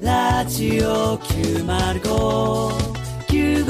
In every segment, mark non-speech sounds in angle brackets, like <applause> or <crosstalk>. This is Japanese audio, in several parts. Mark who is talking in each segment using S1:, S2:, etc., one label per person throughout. S1: ラジオ905-954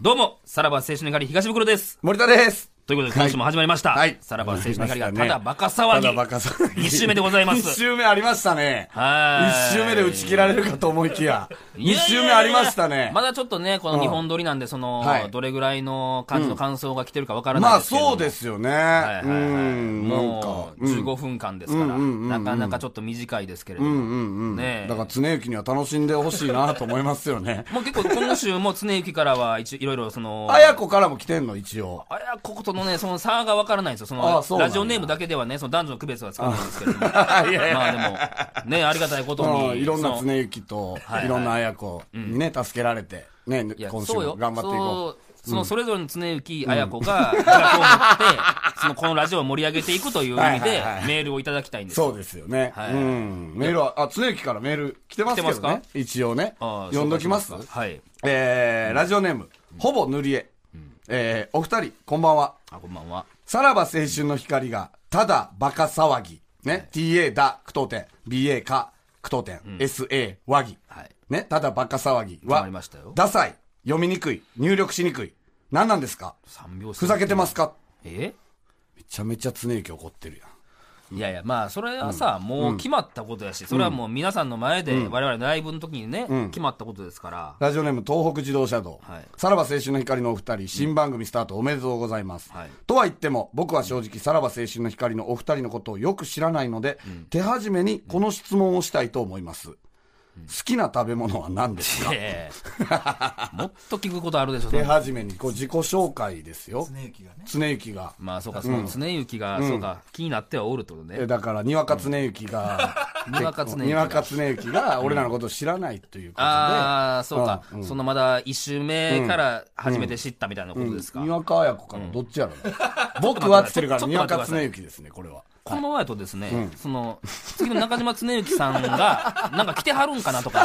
S2: どうも、さらば青春の光東袋です。
S3: 森田です。
S2: ということで、今週も始まりました。
S3: はい
S2: さらば青春の光が
S3: 始
S2: た
S3: まりましたね
S2: だバカ
S3: た
S2: 騒ぎ。
S3: だバカさん。
S2: 一周目でございます
S3: 一周目ありましたね。
S2: はーい
S3: 一周目で打ち切られるかと思いきや。
S2: いやい
S3: 一
S2: やいや
S3: 周目ありましたね。
S2: まだちょっとね、この日本撮りなんで、その、
S3: はい
S2: どれぐらいの感じの感想が来てるかわからない
S3: まあ
S2: ですけど。
S3: そうですよね。う
S2: はいはいはい。
S3: ん、なん
S2: も
S3: か。
S2: う、15分間ですから、なかなかちょっと短いですけれども。ねえ
S3: だから常幸には楽しんでほしいなと思いますよね
S2: <laughs> 。もう結構今週も常幸からは一応いろいろその、
S3: あやこからも来てんの、一応。
S2: あやことのね、その差がわからないんですよ。そ
S3: あ
S2: の
S3: あそうなんだ
S2: ラジオネームだけではね、その男女の区別はつかないんですけれども。 <laughs>
S3: <laughs>
S2: ま
S3: あいやいや
S2: あでも、ね、ありがたいこと
S3: うん
S2: に。
S3: いろんな
S2: そ
S3: 常
S2: の
S3: 幸と
S2: はいはい
S3: いろんなあやこにね、助けられて、ね、
S2: いや
S3: 今週
S2: そうよ
S3: も頑張っていこ
S2: そうそのそれぞれの常幸綾子が自覚を持って、そのこのラジオを盛り上げていくという意味
S3: はい
S2: で
S3: はいはい
S2: メールをいただきたいん
S3: う。
S2: ですよ
S3: そうですよね。
S2: はい
S3: うん。メールは、あ、常幸からメール来てますけ
S2: 来
S3: ど
S2: てま
S3: ね
S2: す。
S3: 一応ね。
S2: ああ
S3: 読んどきます
S2: 紹介しかはい
S3: えーラジオネーム、ほぼ塗り絵。えーお二人、こんばんは。
S2: あこんばんは
S3: さらば青春の光が、ただバカ騒ぎ。ね。ta だ、句読点。ba か、句読点。sa 和ぎ
S2: はい。
S3: ね。ただバカ騒ぎ
S2: 止
S3: は
S2: まりましたよ、
S3: ダサい。読みにくい。入力しにくい。何なんですか
S2: 三拍子
S3: ふざけてますか
S2: え
S3: めちゃめちゃ常幸怒ってるやん。
S2: いやいやまあそれはさ、もう決まったことやしそれはもう皆さんの前で我々のライブの時にね、決まったことですから、
S3: ラジオネーム東北自動車道、
S2: はい
S3: さらば青春の光のお二人、新番組スタートおめでとうございます。
S2: はい
S3: とは言っても、僕は正直、さらば青春の光のお二人のことをよく知らないので、手始めにこの質問をしたいと思います。好きな食べ物は何ですか
S2: ええもっと聞くことあるでしょそ
S3: 手
S2: の
S3: 始めにこう自己紹介ですよ。常幸がね。常幸が。
S2: まあそうかその常幸が、そうか気になってはおるってことね、
S3: えだから、にわか常幸が、
S2: にわか常幸が
S3: <laughs> にわか常幸が、俺らのことを知らないということで、
S2: ああそうか、そのまだ1周目から初めて知ったみたいなことですか、
S3: にわかあやこからどっちやろ
S2: <laughs>
S3: うな、僕はっつってるか
S2: ちょ
S3: ら、
S2: っ
S3: に
S2: と待
S3: わ
S2: ってくださ
S3: か
S2: い
S3: 常幸ですね、これは。
S2: このままやとですね、その、次の中島常幸さんが、 <laughs> なんか来てはるんかなとか、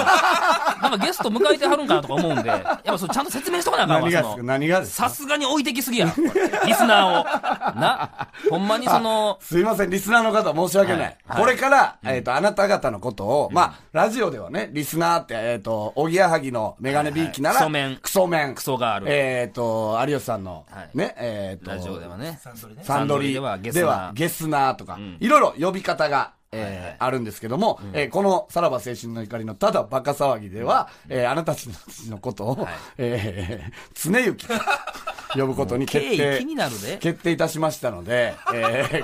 S2: なんかゲスト迎えてはるんかなとか思うんで、やっぱそれちゃんと説明しとかなあかんわ、
S3: 何がです
S2: そ
S3: か
S2: の。
S3: 何がです
S2: さ
S3: か
S2: すがに置いてきすぎやん、これリスナーを。な、ほんまにその、
S3: すいません、リスナーの方申し訳ない。
S2: はいはい
S3: これから、えっ、と、あなた方のことを、まあ、ラジオではね、リスナーって、えっ、と、おぎやはぎのメガネビーキなら、
S2: はいはい
S3: クソメン。
S2: クソガール
S3: えっ、と、有吉さんの、
S2: はい
S3: ね、えっ、と、
S2: ラジオではね、
S3: サンドリ
S2: では
S3: ー
S2: ゲス
S3: で
S2: ナー
S3: はゲスナーとか、いろいろ呼び方が、えーあるんですけども、えーこのさらば青春の怒りのただバカ騒ぎでは、えーあなたたちのことを、
S2: い
S3: えー常行呼ぶことに決
S2: もう経
S3: 定
S2: 緯気になるで
S3: 決定いたしましたので、え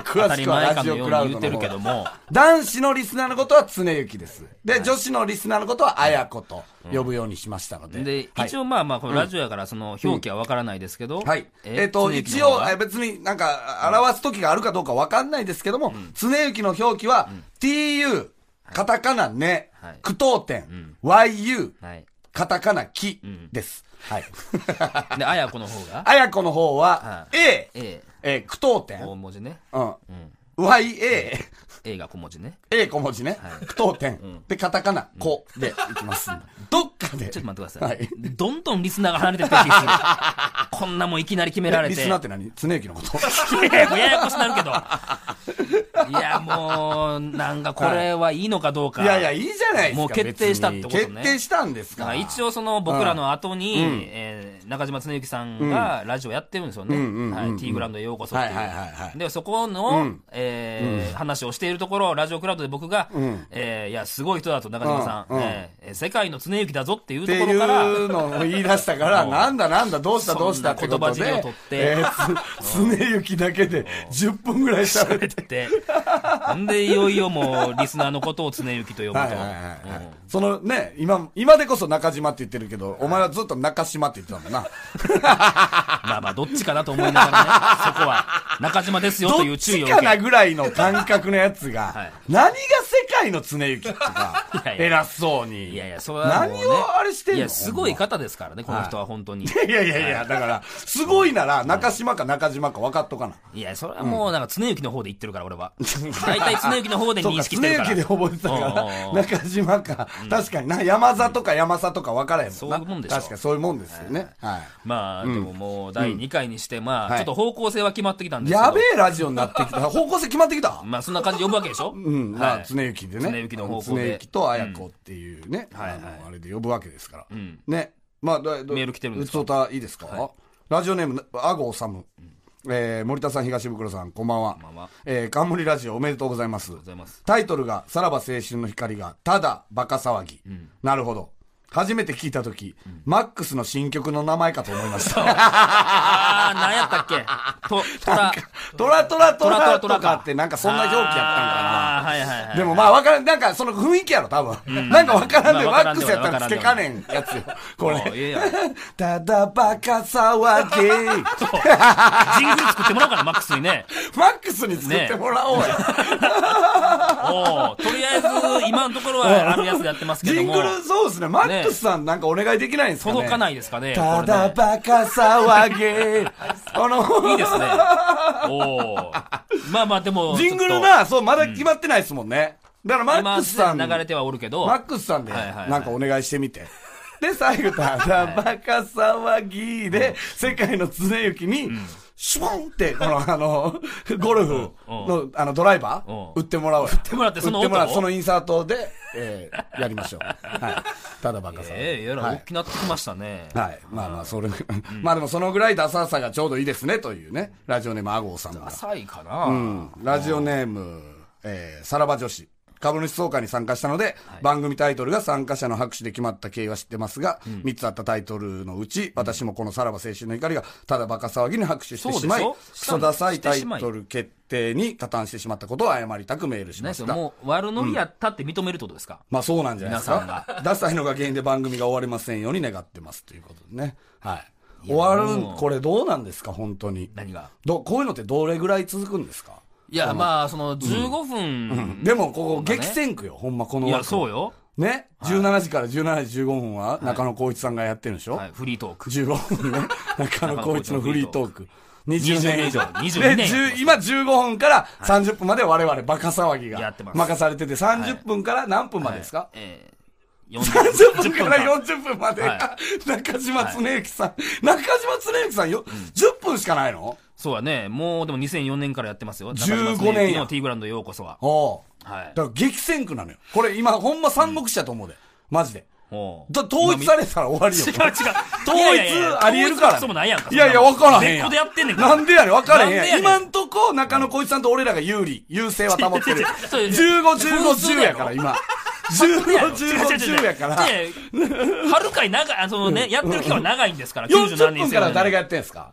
S2: <laughs>
S3: ー
S2: 当
S3: 詳
S2: た
S3: し
S2: り
S3: くは
S2: 前
S3: ラ
S2: か
S3: ジ
S2: の
S3: オ
S2: よ
S3: ク
S2: うに
S3: ラウ
S2: 言
S3: ド
S2: って
S3: の
S2: るけど
S3: 方
S2: も、
S3: 男子のリスナーのことは常行です。で、女子のリスナーのことはあやこと呼ぶようにしましたので。
S2: で、
S3: はい
S2: 一応まあまあ、このラジオやから、その、表記はわからないですけど、
S3: はい。え
S2: 常
S3: っ、と、
S2: 幸
S3: 一
S2: の方
S3: 応、
S2: が
S3: え別になんか、表す時があるかどうかわかんないですけども、常幸の表記は、tu、カタカナね、
S2: はい
S3: 句読点、yu、
S2: はい。
S3: カタカナきです。はい。
S2: で、あやこの方が、
S3: あやこの方は
S2: は、
S3: a、
S2: A、
S3: えー句読
S2: 大
S3: 点、
S2: 文字ね。
S3: うん、ya、
S2: A が小文字ね。
S3: A 小文字ね。句読点。で、カタカナ、こでいきますんで。どっか
S2: <laughs>
S3: で。
S2: ちょっと待ってください。
S3: はい
S2: どんどんリスナーが離れてってる気がする。こんなもんいきなり決められて。
S3: リスナーって何常幸
S2: <laughs>
S3: のこと。
S2: いやもうややこしなるけど。いや、もう、なんかこれはいいのかどうか。
S3: いやいや、いいじゃないですか。
S2: もう決定したってことね
S3: 別に決定したんです
S2: だ
S3: か
S2: から
S3: ら。
S2: 一応その僕らの後に、えー中島恒之さんがラジオやってるんですよね。はい、T グラウンドへようこそっていう。
S3: はいはいはいはい
S2: で、そこの、えー話をしているところ、ラジオクラウドで僕が、えーいや、すごい人だと中島さん、
S3: うんうん
S2: えー世界の恒之だぞっていう
S3: っ
S2: と
S3: て
S2: ころから、
S3: いうのを言い出したか
S2: <laughs>
S3: ら、
S2: うん
S3: なんだなんだ、どうしたどうしたってこと
S2: そんな言葉尻を
S3: で
S2: 取って、
S3: えーつ常雪だけで10分ぐらい喋って。
S2: って。ほんで、いよいよもう、リスナーのことを常幸と呼ぶと。
S3: はいはいはいは
S2: う
S3: い
S2: ん。
S3: そのね、今、今でこそ中島って言ってるけど、お前はずっと中島って言ってたもんな。
S2: まあまあ、どっちかなと思いながらね、 <laughs> そこは、中島ですよとい
S3: ど
S2: う
S3: っ
S2: 注
S3: ち
S2: 意を受
S3: かな
S2: け。
S3: ぐらいの感覚のやつ
S2: は
S3: が
S2: い、
S3: 何が世ないの、常行とか
S2: <laughs> いやいや
S3: 偉そうに。
S2: いやいや、それはもう、ね。
S3: 何をあれしてんの
S2: いや、すごい方ですからね、この人は本当に。
S3: いやいやいや、だから、すごいなら、中島か中島か分かっとかな。
S2: いや、それはもう、なんか、常幸の方で言ってるから、俺
S3: <laughs>
S2: は。大体常幸の方で
S3: そう
S2: 認
S3: か、
S2: 識
S3: 常
S2: してるから。
S3: 行で覚えてたか
S2: うんうん
S3: ら、
S2: うん
S3: 中島か、確かにな、山里か山里か分からへんもんな。
S2: そういうもんでしょ
S3: 確かにそういうもんですよね。はい。
S2: まあ、でももう、第2回にして、ま
S3: は
S2: あ、
S3: い
S2: ちょっと方向性は決まってきたんですけど。
S3: やべえラジオになってきた。方向性決まってきた
S2: まあ、そんな感じで呼ぶわけでしょ
S3: うん、ま
S2: は
S3: あ、
S2: い
S3: 常行でね。
S2: 常幸の方向で
S3: 常行と綾子っていうね、
S2: はい
S3: あ
S2: はい
S3: のあれで呼ぶわけですから。
S2: ん
S3: ね。まあ、だ
S2: メール来てるんですか
S3: うつおたいいですか、ラジオネーム、あごおさむ。えー森田さん、東袋さん、こんばんは。
S2: こんばんは
S3: えー冠ラジオおめでとうございます。
S2: ございます
S3: タイトルが、さらば青春の光が、ただバカ騒ぎ。なるほど。初めて聞いたとき、マックスの新曲の名前かと思いま
S2: <laughs>
S3: した。
S2: ああ、何やったっけと、
S3: <laughs>
S2: とら。
S3: トラトラト
S2: トラ
S3: ラ
S2: ト
S3: と
S2: ラ
S3: かってなんかそんな表記やったんかな。
S2: あーはいはいはい。
S3: でもまあわからん、なんかその雰囲気やろ、多分。なんかわからんで、
S2: まあ
S3: マ
S2: わから
S3: ッ
S2: んで
S3: クスやったらつけかねんやつよ。こ
S2: もういい
S3: れ
S2: よ。
S3: ただバカ騒ぎ。
S2: <laughs> ジングル作ってもらおうかな、マックスに
S3: <laughs>
S2: ね。
S3: マックスに作ってもらおうよ。
S2: おうとりあえず、今のところはあるやつでやってますけど
S3: ジン
S2: も。
S3: グル、そうですね。マックスさんなんかお願いできないんですかね
S2: 届かないですかね。
S3: た
S2: これ
S3: だ
S2: ね
S3: バカ
S2: <laughs>
S3: 騒ぎ。あ
S2: い
S3: の
S2: い、ですね。おお。まあまあでも、
S3: ジングル
S2: ちょっ
S3: な、そう、まだ決まってないですもんね。だからマ
S2: と
S3: ックスさん。
S2: 今流れてはおるけど。
S3: マックスさんで、
S2: はいはいはい
S3: なんかお願いしてみて。で、最後、ただバカ騒ぎで、世界の常行に、シュボンって、この、あの、ゴルフの、あの、ドライバー、
S2: う
S3: 売
S2: ん
S3: ってもらおうよ。売って
S2: もらってその音を
S3: 売ってもらうそのインサートで、えーやりましょう。はい。ただバカ騒ぎ。
S2: ええやら
S3: は
S2: 大
S3: い
S2: きくなってきましたね。
S3: はい。まあまあ、それ、まあでもそのぐらいダサさがちょうどいいですね、というね。ラジオネーム、アゴーさんが。
S2: 浅いかな、
S3: うんラジオネーム、えー、さらば女子。株主総会に参加したので、番組タイトルが参加者の拍手で決まった経緯は知ってますが、3つあったタイトルのうち、私もこのさらば青春の怒りが、ただバカ騒ぎに拍手してしまい
S2: そうで、
S3: ク
S2: しょ
S3: ソダサい
S2: したん
S3: タ
S2: です
S3: イトル決定に加担してしまったことを謝りたくメールし
S2: 何
S3: ま
S2: です
S3: し
S2: よ
S3: た。
S2: もう悪ノリやったって認めるってことですか、
S3: まあそうなんじゃないです
S2: 皆さ
S3: か。ダサいのが原因で番組が終わりませんように願ってますということで
S2: <laughs>
S3: ね。はい。終わる
S2: も
S3: ん、
S2: う
S3: これどうなんですか、本当に。
S2: 何が
S3: どこういうのってどれぐらい続くんですか
S2: いや、まあ、その15分、
S3: でも、ここ、
S2: そうだね
S3: 激戦区よ、ほんま、この
S2: い
S3: 枠
S2: や、そうよ。
S3: ね、17時から17時15分は、中野光一さんがやってるんでしょ、
S2: はい、フリートーク。
S3: ?15 分ね、
S2: <laughs>
S3: 中野光一のフリートーク。20年以上。
S2: 20年以上22
S3: で、
S2: 年
S3: 10今15分から30分まで我々バカ騒ぎ
S2: や
S3: が
S2: ってます
S3: 任されてて、30分から何分までですか、
S2: ええ
S3: ?30 分
S2: 40
S3: から40分までが
S2: は、
S3: 中島恒之さん、中島恒之さんよ、10分しかないの
S2: そうやね。もう、でも2004年からやってますよ。
S3: 15
S2: 中島
S3: 年や
S2: の T グランドへようこそは。
S3: おう
S2: はい
S3: だ。から激戦区なのよ。これ今、ほんま三国志やと思うで。マジで。
S2: ほう
S3: だ統一されたら終わり
S2: <laughs>
S3: よ。
S2: 違う違う。
S3: 統
S2: いやいやいや
S3: 一ありえるから、
S2: 統一そもないやんか。
S3: いやいや、
S2: そ
S3: 分からへん
S2: 別
S3: や
S2: 個
S3: ん。
S2: でやってんねんから。
S3: なんでやねん、分からへんやん。
S2: なんでや
S3: 今
S2: ね
S3: んとこ、中野浩一さんと俺らが有利、優勢は保ってる。
S2: <laughs> 違う違う違う違う
S3: 15、15、10やから、今。15、15、10やか
S2: <laughs>
S3: ら。
S2: いやい
S3: <laughs>
S2: やはるかに長い、あそのね、やってる期間は長いんですから、90
S3: 40
S2: 何年
S3: 分から誰
S2: が。
S3: がやってんすか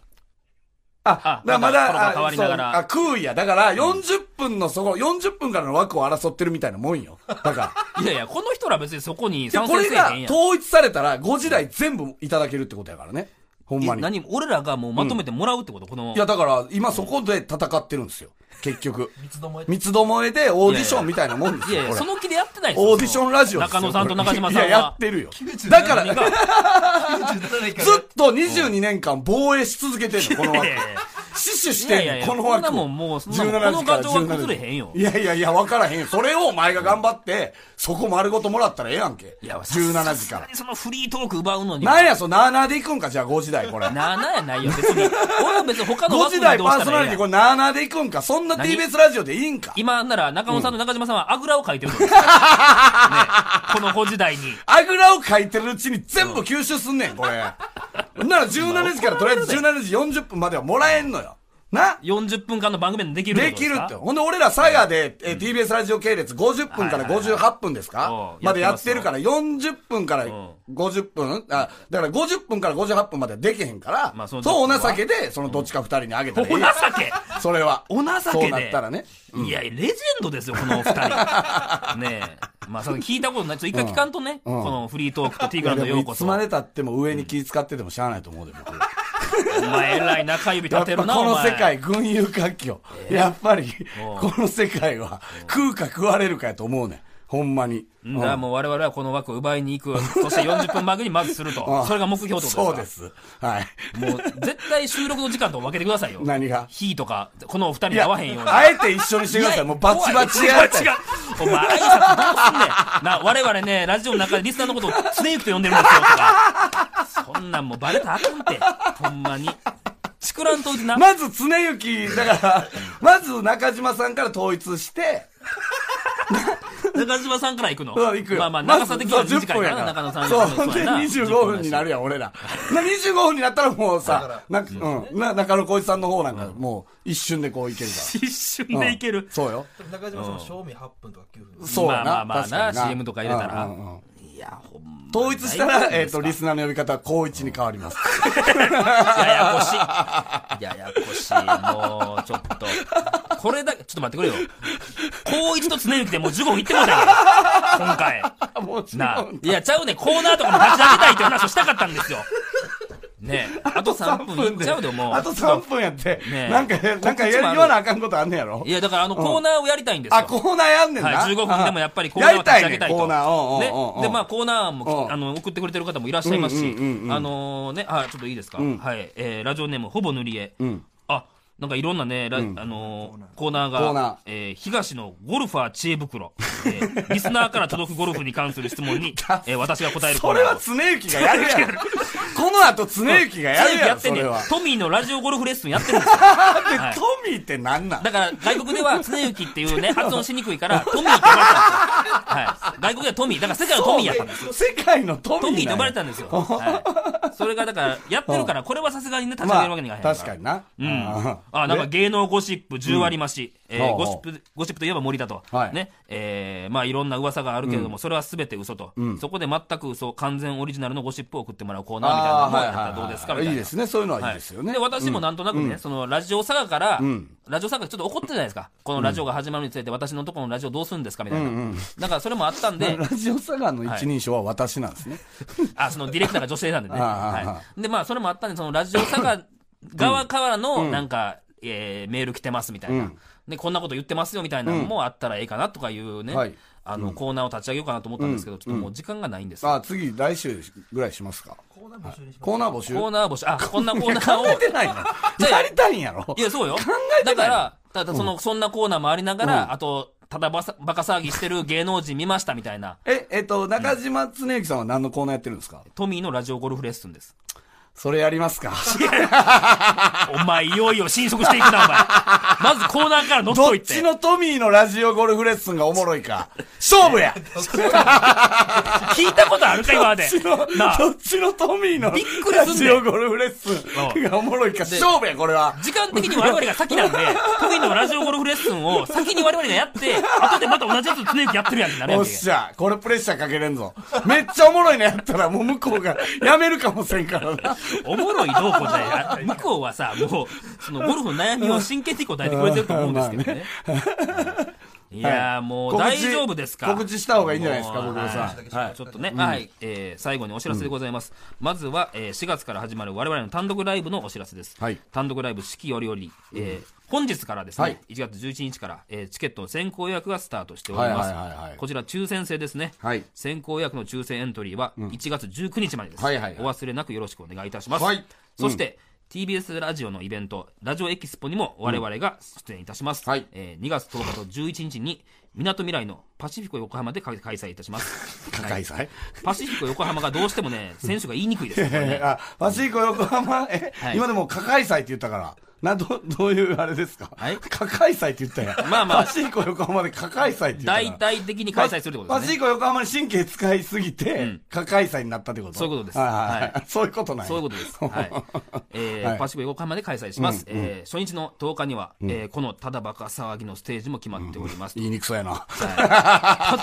S3: あ
S2: あ、
S3: だからま
S2: まだ
S3: だ、
S2: コロナ変わりながら
S3: あ、空位や。だから、40分のそこ、40分からの枠を争ってるみたいなもんよ。だ
S2: <laughs>
S3: から。
S2: いやいや、この人ら別にそこに
S3: いや
S2: 参
S3: こ
S2: 戦
S3: れ
S2: せえ
S3: が
S2: へんやん。
S3: 統一されたら、5時代全部いただけるってことやからね。ほんま
S2: え
S3: に。
S2: 何俺らがもうまとめてもらうってこと、この。
S3: いや、だから、今そこで戦ってるんですよ。結
S2: <laughs>
S3: 局。
S1: 三つどもえ
S3: 三つどもえでオーディションみたいなもんです
S2: い
S3: よ。
S2: やいや
S3: これ
S2: その気でやってないですよ
S3: オーディションラジオです
S2: 中
S3: よ
S2: 野さんと中島さん
S3: こ
S2: は。
S3: れいや、やってるよ。だから、
S2: 何
S3: ず
S2: が
S3: っ
S1: 97年から
S3: と22年間防衛し続けてんの、この枠
S2: いやい。やいや
S3: 死守し
S2: いや
S3: て
S2: い
S3: ん
S2: や
S3: の、この
S2: こん
S3: 枠。
S2: なもんもうそんなもん
S3: 17時から
S2: この
S3: 17
S2: 感情は崩れへんよ
S3: いやいやいや、わからへんよ。それをお前が頑張って、そこ丸ごともらったらええやんけ。
S2: いや
S3: 17時か
S2: さすが
S3: ら。
S2: にそのフリートーク奪うのに。
S3: なんや、そう、なーなーで行くんか、じゃあ5時代、これ。
S2: 7やないよ、別に。俺は別に他の
S3: 5
S2: 枠に移動した
S3: 時
S2: ら
S3: 代パーソナリティ、こ
S2: れ。
S3: れなーなーで行くんか。そんな
S2: 何
S3: TBS ラジオでいいんか。
S2: 今なら中野さんと中島さんはあぐらをかいてると思うんですよね、この子時代に。
S3: あぐらをかいてるうちに全部吸収すんねん、これ。ほんなら17時からとりあえず17時40分まではもらえんのよ。な
S2: 40分間の番組でできる
S3: できる
S2: っ
S3: って。
S2: てこと
S3: ほんで俺ら佐賀で、えー TBS ラジオ系列50分から58分です
S2: はいはいは
S3: か
S2: い
S3: までやってるから40分から
S2: ん
S3: 50分あ、だから50分から58分まではできへんから、
S2: まあそ
S3: そ
S2: のどっち
S3: うお
S2: かは
S3: 情けで、そのどっちか2人にあげた
S2: で
S3: ら
S2: すか
S3: いいや
S2: お
S3: それは。
S2: 情けお情け
S3: そ
S2: で
S3: うなったらね。
S2: いや、レジェンドですよ、このお二人。
S3: <laughs>
S2: ねえ。まあ、その聞いたことない。ちょっと一回聞かんとね、
S3: うん
S2: このフリートークと T
S3: い
S2: グラ
S3: や
S2: ンド
S3: で
S2: よ
S3: も
S2: う
S3: い
S2: こ
S3: つ
S2: そ。
S3: までたっても上に気使っててもしゃあないと思うで、
S2: <laughs>
S3: 僕。
S2: お前、えらい中指
S3: や
S2: 立
S3: ってぱ
S2: るな、
S3: こ
S2: お
S3: の
S2: 前。
S3: 世界、群雄割拠。やっぱり、この世界は、食うか食われるかやと思うねん。ほんまに。
S2: うんだからもう我々はこの枠を奪いに行く。そして40分番組にまずする
S3: う
S2: と。
S3: ん
S2: それが目標って
S3: そ
S2: こと
S3: う
S2: で
S3: ですす。はい。
S2: かもう絶対収録の時間と分けてくださいよ。
S3: 何が
S2: 日とか、このお二人に合わへんように。
S3: あえて一緒にしてください。もうバチバチや
S2: や
S3: りたい
S2: 違う。お前、挨拶どうすんねん。な、我々ね、ラジオの中でリスナーのことを常行と呼んでるんですよ、とか。そんなんもうバレたらあかんて。ほんまに。しくらんといてな。
S3: まず常幸、だから、まず中島さんから統一して、
S2: 中島さんから行くの。
S3: うん、行くよ。
S2: まあまあ、長さ的には
S3: まずそう
S2: 短いからな、中野さん
S3: そう、
S2: そ
S3: ほん
S2: う
S3: で
S2: やな
S3: 25分になるやん、俺ら。な25分になったらもうさ、な、うん、な、中野浩一さんの方なんか、もう一瞬でこういけるか
S2: <laughs> 一瞬
S3: ら。
S2: でいけ
S3: う
S2: る
S3: ん。そうよ。
S1: 中島さんの賞味8分とか9分
S3: そうや
S2: まあ
S3: な。
S2: まあまあな
S3: 確に
S2: CM とか入れたら
S3: うんうんうん
S2: いや、ほんま。
S3: 統一したら、えっと、リスナーの呼び方は光一に変わります。
S2: ややこしい。ややこしい。もう、ちょっと。これだけ、ちょっと待ってく
S3: <laughs>
S2: れよ。高一と常之でもう15分いってもうたよ。今回。
S3: もちろん
S2: <laughs> なあ。いや、ちゃうねん。コーナーとかも立ち上げたいって話をしたかったんですよ。ねえ。あと3分いっちゃうでもう。
S3: あと3分やって。
S2: ねえ
S3: なんか、なんかや
S2: 告知もある
S3: 言わなあかんことあんねやろ
S2: いや、だからあのコーナーをやりたいんですよ。
S3: あ、コーナーやんねんな。
S2: はい、15分でもやっぱりコーナーを
S3: やり
S2: 立
S3: た
S2: ち上
S3: い
S2: げ
S3: ね
S2: たいと。
S3: コーナー。うんうんうんう
S2: ね、
S3: ん
S2: で、まあコーナーも
S3: うん
S2: きあの送ってくれてる方もいらっしゃいますし、
S3: うんうんうんうん
S2: あのね、あ、ちょっといいですか、はい、えーラジオネーム、ほぼ塗り絵。
S3: ん
S2: あ、なんかいろんなね、ラあのーコーナーが、
S3: コーナー
S2: えー東のゴルファー知恵袋、えーリスナーから届くゴルフに関する質
S3: <laughs>
S2: 問に、えー私が答えるコ
S3: そ
S2: ーナ
S3: れ
S2: ー
S3: は
S2: を。
S3: 常幸がやる
S2: <laughs>
S3: やん。この後常幸がやる
S2: 知恵
S3: や
S2: や
S3: ん、
S2: っ
S3: そ
S2: てんね
S3: れ
S2: ん
S3: は。
S2: トミーのラジオゴルフレッスンやってるんですよ。
S3: で
S2: はい
S3: トミーってなんなん
S2: だから、外国では、常幸っていうね、発音しにくい
S3: <laughs>
S2: から、トミーって呼ばれたんですよ。はい。外国ではトミー。だから世界のトミーやったんですよ。
S3: 世界のトミー
S2: トミーと呼ばれ
S3: た
S2: たんですよ。はい。それがだから、やってるから、これはさすがにね、立ち上げるわけにはいかへん
S3: 確
S2: から。
S3: かにな。う
S2: うん、あなんか芸能ゴシップ10割増し、えー
S3: ほう
S2: ゴシ
S3: ほ
S2: ッ
S3: う
S2: プゴシップといえば森だと、
S3: はい
S2: ねえーまあ、いろんな噂があるけれども、それはすべて嘘と、そこで全く嘘完全オリジナルのゴシップを送ってもらうコーナーみたいなのもやったらどうですかみたいな。
S3: いいですね。そういうのはいい
S2: はい
S3: ですよね。
S2: で私もなんとなくね、そのラジオ佐賀から、ラジオ佐賀ちょっと怒ってたじゃないですか、このラジオが始まるにつれて、私のところのラジオどうするんですかみたいな、なんかそれもあったん <laughs> で、
S3: ラジオ佐賀の一人称は私なんですね。
S2: あ、そのディレクターが女性なんでね。
S3: ああああ
S2: はい。で、まあ、それもあったんで、そのラジオ佐賀側からの、なんか、えーメール来てますみたいな。で、こんなこと言ってますよみたいなのもあったらええかなとかいうね
S3: はい、
S2: あの、コーナーを立ち上げようかなと思ったんですけど、ちょっともう時間がないんですよ。
S3: あ、次、来週ぐらいしますか。
S1: コーナー募集にしま
S3: コーナー募集
S2: コーナー募集、あ、こんなコーナー
S3: 考
S2: を。 <laughs>
S3: えてないの
S2: じゃあ
S3: やりたいんやろ
S2: いや、そうよ。だから、ただその、そんなコーナーもありながら、あと、ただばさバカ騒ぎしてる芸能人見ましたみたいな。
S3: え、えっと、中島常之さんは何のコーナーやってるんですか
S2: トミーのラジオゴルフレッスンです。
S3: それやりますか
S2: お前、いよいよ侵食していくな、お前。まずコーナーから乗っ
S3: ど
S2: と
S3: っ
S2: いて。
S3: ちのトミーのラジオゴルフレッスンがおもろい
S2: <laughs>
S3: か。勝負や
S2: 聞いたことあるか今まで
S3: どっちの。
S2: なあ
S3: どっちのトミーの
S2: びっくり
S3: ラ
S2: すんねん
S3: ジオゴルフレッスンがおもろいか。勝負や、これは。
S2: 時間的に我々が先なんで、得意のラジオゴルフレッスンを先に我々がやって、後でまた同じやつ常にやってるやんってなるや
S3: お
S2: ん
S3: っ
S2: け。
S3: しゃ、これプレッシャーかけれんぞ。めっちゃおもろいのやったら、もう向こ
S2: <laughs>
S3: うがやめるかもせんからな。
S2: おもろいどうこうじゃない。向こうはさ、もう、そのゴルフの悩みを真剣に答えてくれてると思うんですけどね。いやーもう
S3: は
S2: 大
S3: い告知
S2: 丈夫ですか
S3: 告知した方がいいんじゃないですか
S2: もう
S3: 僕らさん
S2: はいはいちょっとね、はい、えー最後にお知らせでございます。まずは、えー4月から始まる我々の単独ライブのお知らせです。
S3: はい
S2: 単独ライブ四季折々、えー本日からですね、
S3: はい
S2: 1月11日から、えーチケットの先行予約がスタートしております。
S3: はいはいはいはい
S2: こちら抽選制ですね。
S3: はい
S2: 先行予約の抽選エントリーは1月19日までです。
S3: はいはいはい
S2: お忘れなくよろしくお願いいたします。
S3: はい
S2: そして、TBS ラジオのイベント、ラジオエキスポにも我々が出演いたします。
S3: はい
S2: えー2月10日と11日に、みなとみらいのパシフィコ横浜で開開催いたします。
S3: <laughs> 高いさい。
S2: パシフィコ横浜がどうしてもね、選手が言いにくいですよ、これね
S3: え <laughs> あ、パシフィコ横浜、え、
S2: はい
S3: 今でも、かかい祭って言ったから。な、ど、どういうあれですか
S2: はい
S3: かかい祭って言ったやん。
S2: まあまあ
S3: パシフィコ横浜でかかい祭って言ったから
S2: 大。体的に開催するってこと
S3: パ
S2: で
S3: シ
S2: す
S3: フィ
S2: ね。
S3: コ横浜に神経使いすぎて
S2: ん、
S3: かかい祭になったってこと
S2: そういうことです
S3: はいはいはい
S2: は。
S3: そういうことなんや
S2: そういうことです。はい。えー
S3: <laughs> はい
S2: パシフィコ横浜で開催します。えー初日の10日には、えーこのただバカ騒ぎのステージも決まっております。
S3: 言いにくそうやな。
S2: はい。た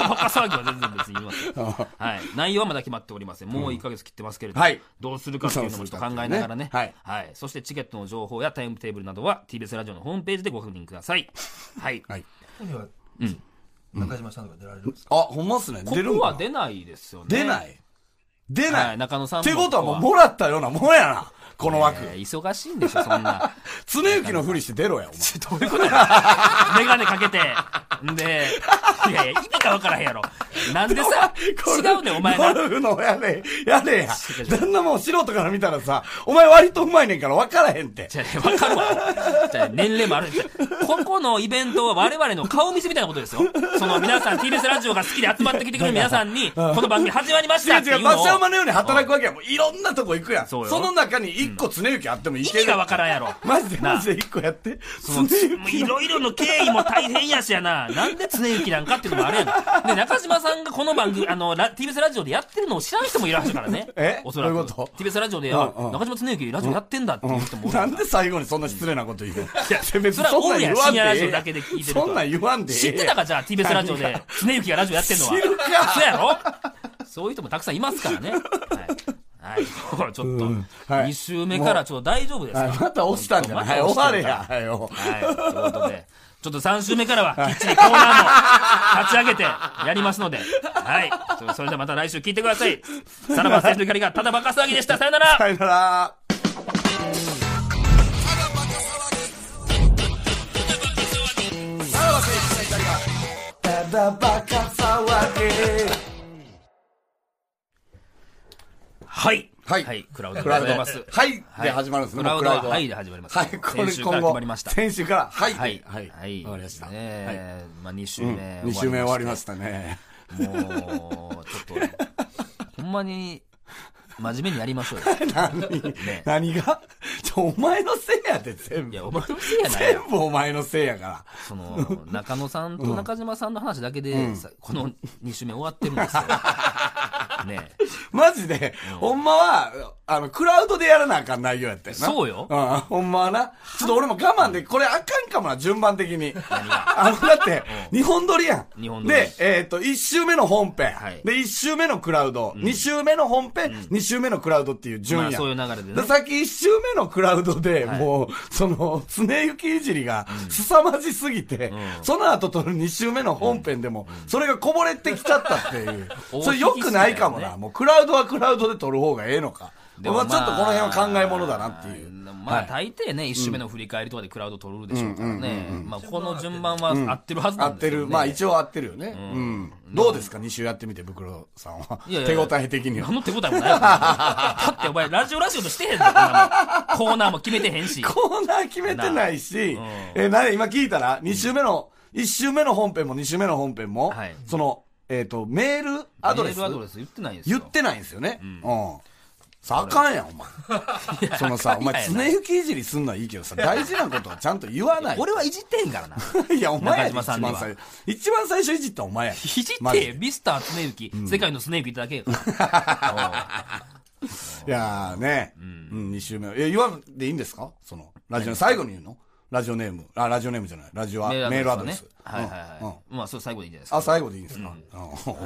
S2: だバカ騒ぎは全然別に言いません。
S3: <laughs>
S2: はい。内容はまだ決まっておりません。もう1ヶ月切ってますけれども、
S3: はい
S2: どうするかっていうのもちょっと考えながらね。
S3: そうそうそう
S2: はい。そしてチケットの情報やタイムテーブルなどは TBS ラジオのホームページでご確認ください。はい。
S3: はい。
S1: すには中島さんとか出られるんですか
S3: あ、ほんまっすね。
S2: こ
S3: 出るん
S2: こ
S3: か
S2: は
S3: な
S2: 出ないですよね。
S3: 出ない出
S2: は
S3: ないい
S2: 中野さんも
S3: ってことはもう
S2: ここ
S3: もらったようなもんやな。この枠。
S2: えー忙しいんでしょ、そんな。 <laughs>
S3: 常幸のふりして出ろや、お前。 <laughs>
S2: どういうことや。メガネかけて、んで、いやいや、意味がわからへんやろ。なんでさ、違うねんお前
S3: ゴ
S2: な。
S3: ルフのやれ、やれや。旦那も素人から見たらさ、お前割とうまいねんから分からへんって。
S2: じゃあ、わかるわ。じゃあ、年齢もある。じゃあここのイベントは我々の顔見せみたいなことですよ。その皆さん、TBS ラジオが好きで集まってきてくれる皆さんに、この番組始まりまし
S3: 違う
S2: たってい
S3: 違
S2: う
S3: う、
S2: のを
S3: 松。山のように働くわけや。もういろんなとこ行くやん。
S2: そう
S3: そ
S2: よ
S3: の中に一個常行あってもい
S2: 意
S3: ける。
S2: 味がわからんやろ。
S3: マジで
S2: なあ
S3: マジで一個やって。
S2: も
S3: 常
S2: う
S3: 行
S2: いろいろの経緯も大変やしやな。なんで常幸なんかっていうのもあれやな。で、中島さんがこの番組、あの、ラ TBS ラジオでやってるのを知らん人もいるはずだからね。
S3: え
S2: おそらく。
S3: どういうこと
S2: ?TBS ラジオで、
S3: ん
S2: あ
S3: うん
S2: 中島常幸ラジオやってんだっていう人もおる
S3: なんで最後にそんな失礼なこと言うのいや、
S2: それはオンエア深夜ラジオだけ
S3: で
S2: で聞いてるから
S3: そんなん言わんでええ
S2: 知ってたか
S3: <laughs>
S2: じゃあ TBS ラジオで常幸がラジオやってんのは
S3: 知るか
S2: そうやろそういう人もたくさんいますからねはい、はい、ちょっと
S3: んはい
S2: 2週目からちょっと大丈夫ですか、
S3: はいまた押したんじゃないはい
S2: ま
S3: 終
S2: た
S3: わ
S2: 押
S3: れ
S2: してる
S3: や。はいよ
S2: はい、ということで、ちょっと3週目からは、きっちりコーナーも立ち上げてやりますので、はい。そそれではまた来週聞いてください。さらば青春の光がただバカ騒ぎでした。さよなら
S3: さよなら。ただバカ騒げ。
S2: はい。
S3: はい
S2: クラウド
S3: クラウド
S2: でござい
S3: マ
S2: ま
S3: ス
S2: す。。
S3: はい。で始まるんですね。
S2: クラウド
S3: もう
S2: は、はいで始まります。
S3: はい、これ
S2: 先週から
S3: 今
S2: 決
S3: 後
S2: まりました。
S3: 先週から、はい。
S2: はい。
S3: はい。
S2: はい。
S3: わかりました。
S2: ねまあ2週
S3: うん
S2: 目。
S3: 二週目終わりましたね。
S2: もう、ちょっと、ほんまに、真面目にやりましょ
S3: <laughs>
S2: うよ。
S3: 何
S2: ね
S3: 何がちょ、お前のせいやで、全
S2: い
S3: 部
S2: や、。お前のせいやないよ
S3: 全。部お前のせいやから。
S2: その、中野さんと中島さんの話だけで、さこの2週目終わってるんです
S3: <laughs>
S2: よ。ねえ
S3: マジで、ほんまは、あの、クラウドでやらなあかん内容やったよな。
S2: そうよ
S3: うん、ほんまはな。ちょっと俺も我慢で、これあかんかもな、順番的に。あの、だって、日本撮りやん。
S2: 日本撮り
S3: で、えっ、と、1週目の本編、
S2: はい
S3: で、1週目のクラウド、2週目の本編、2週目のクラウドっていう順
S2: まあ
S3: やん。
S2: そういう流れで
S3: で
S2: ね。
S3: さっき一周目のクラウドで、
S2: はい
S3: もう、その、常行きいじりが、凄まじすぎて、
S2: うん
S3: その後とる二周目の本編でも、それがこぼれてきちゃったっていう。
S2: <laughs> 大
S3: それ良くないか
S2: 引きすぎだよね
S3: もな。もう、クラウドはクラウドで撮る方がええのか。
S2: で
S3: まあ、
S2: も
S3: ちょっとこの辺は考えものだなっていう。
S2: まあ大抵ね、1週目の振り返りとかでクラウド取るでしょうからね。まあこの順番は合ってるはず
S3: 合
S2: なん
S3: っ
S2: で
S3: て
S2: すよ、ね。
S3: る。まあ、一応合ってるよね。うん。どうですか二周やってみて、ブクロさんは。
S2: いやいや
S3: 手応え的には
S2: 何。の手応えもないよ。だってお前、ラジオラジオとしてへんぞ、こんなもんコーナーも決めてへんし。
S3: <laughs> コーナー決めてないし、
S2: なあ
S3: えー、なんで今聞いたら、2週目の、1週目の本編も2週目の本編も、
S2: はい
S3: その、えっ、と、メールアドレス
S2: メールアドレス言ってないです
S3: 言
S2: よ。
S3: ってないんですよね。うん。さああかんやん、お
S2: <laughs>
S3: 前。そのさ、お
S2: あかん
S3: 前、
S2: やん
S3: 常行いじりすんのはいいけどさ、大事なことはちゃんと言わない。
S2: <laughs> 俺はいじってへんからな。
S3: いや、お前やで、
S2: 中島
S3: 一
S2: さんには
S3: 番最初。一番最初いじったお前やで。
S2: ひじっ
S3: マジで
S2: て、ミスター・スネユキ、世界のスネユキいただけよ。
S3: いやーね、うん、2週目。え、言わんでいいんですかその、ラジオ、最後に言うのラジオネーム。あ、ラジオネームじゃない。ラジオは、メールアドレス。
S2: はいはい
S3: うんうん
S2: はい。まあ、それ最後でいいんじゃないですか。
S3: あ、最後でいいんですか、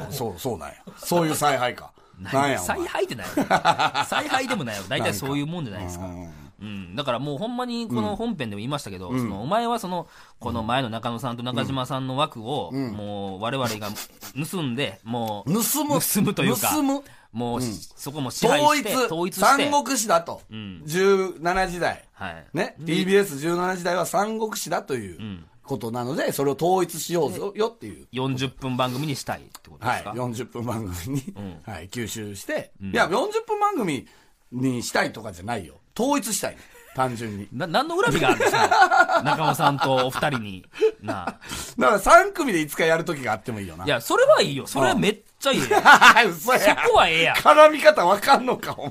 S3: うんそう、そうなんや。そういう采配
S2: <laughs>
S3: か。なんや、お
S2: 采
S3: 前。
S2: 配ってないよ。采配でも
S3: <laughs>
S2: ないよ。大体そういうもんじゃないですか。うん。だからもうほんまにこの本編でも言いましたけど、そのお前はその、この前の中野さんと中島さんの枠を、もう我々が盗んで、もう、
S3: 盗む。
S2: 盗むというか
S3: 盗む。
S2: もうしそこも支配
S3: 統
S2: し
S3: 一
S2: て、。統一して。
S3: 三国志だと。17時代。
S2: はい。
S3: ね。TBS17 時代は三国志だということなので、それを統一しようぞよっていう。
S2: 40分番組にしたいってことで
S3: は
S2: す
S3: い。
S2: か。
S3: 40分番組に、はい、吸収して。いや、40分番組にしたいとかじゃないよ。統一したい。単純に。
S2: な、何の恨みがあるんですか
S3: <laughs>
S2: 中尾さんとお二人に。なあ
S3: だから3組でいつかやるときがあってもいいよな。
S2: いや、それはいいよ。それはめっちゃいいよ。そ
S3: <laughs> 嘘や。
S2: こはええやん。
S3: 絡み方わかんのか、お前。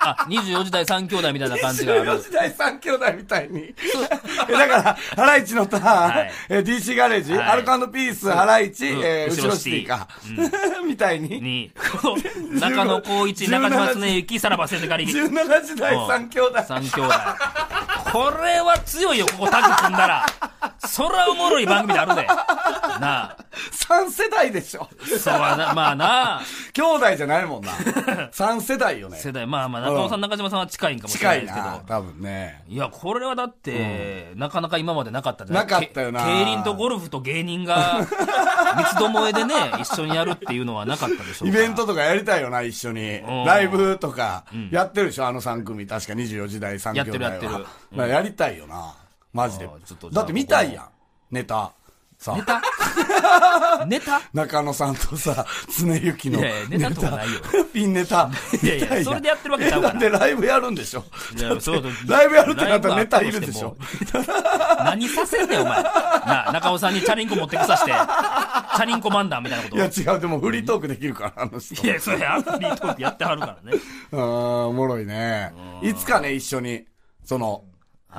S2: あ、24時代3兄弟みたいな
S3: <laughs>
S2: 感じがあ
S3: 14
S2: る。
S3: 時代3兄弟みたいに。 <laughs> えだから、ハライチのター
S2: は
S3: ン
S2: い、
S3: え DC ガレージ、
S2: はい
S3: アルコピース、ハライチ、
S2: うん
S3: えー
S2: 後
S3: 後
S2: ろ
S3: ろ
S2: シ
S3: シ
S2: テ
S3: テ
S2: ィ
S3: ィか。 <laughs> みたいに。
S2: に、この、中野光一、中島恒之、さらばせずかり。
S3: 17時代3兄弟。
S2: 3兄弟。これは強いよ、ここタッグ組んだら。そらおもろい番組であるぜ。なあ。
S3: 3世代でしょ。
S2: そうはな、まあなあ。
S3: 兄弟じゃない
S2: <laughs>
S3: もんな。3世代よね。
S2: 世代、まあまあ、中尾さん、中島さんは近いんかもしれな
S3: 近
S2: い
S3: い
S2: ですけど
S3: な。、多分ね。
S2: いや、これはだって、なかなか今までなかったじゃない
S3: なかったよな
S2: け競輪とゴルフと芸人
S3: <laughs>
S2: が、三つどもえでね、一緒にやるっていうのはなかったでしょう
S3: イ
S2: から
S3: ベントとかやりたいよな、一緒に。
S2: ん
S3: ライブとか、やってるでしょ、あの3組。確か24時代3
S2: や
S3: 兄
S2: って
S3: 弟
S2: る
S3: は。
S2: やってる
S3: だからやりたいよな。マジで
S2: あーちょっと。じゃあ
S3: だって見たいやん、ネタ。さ
S2: ネ、タネタ
S3: 中野さんとさ、 <laughs> 常幸の
S2: いやいやネタとかないよ。
S3: ピンネタ。 <laughs>
S2: いやいや
S3: 見た
S2: それでやってるわけちゃうから
S3: えだってライブやるんでしょ
S2: いやそうだ
S3: ライブやるってなったらネタいるでしょ
S2: 何させんねん、お前。な、中尾さんにチャリンコ持ってくさして、チャリンコ漫談みたいなこと。
S3: いや違う、でもフリートークできるから、あの人
S2: い。や、それ、アンフリートークやってはるからね。
S3: あーおもろいね。いつかね、一緒に、その、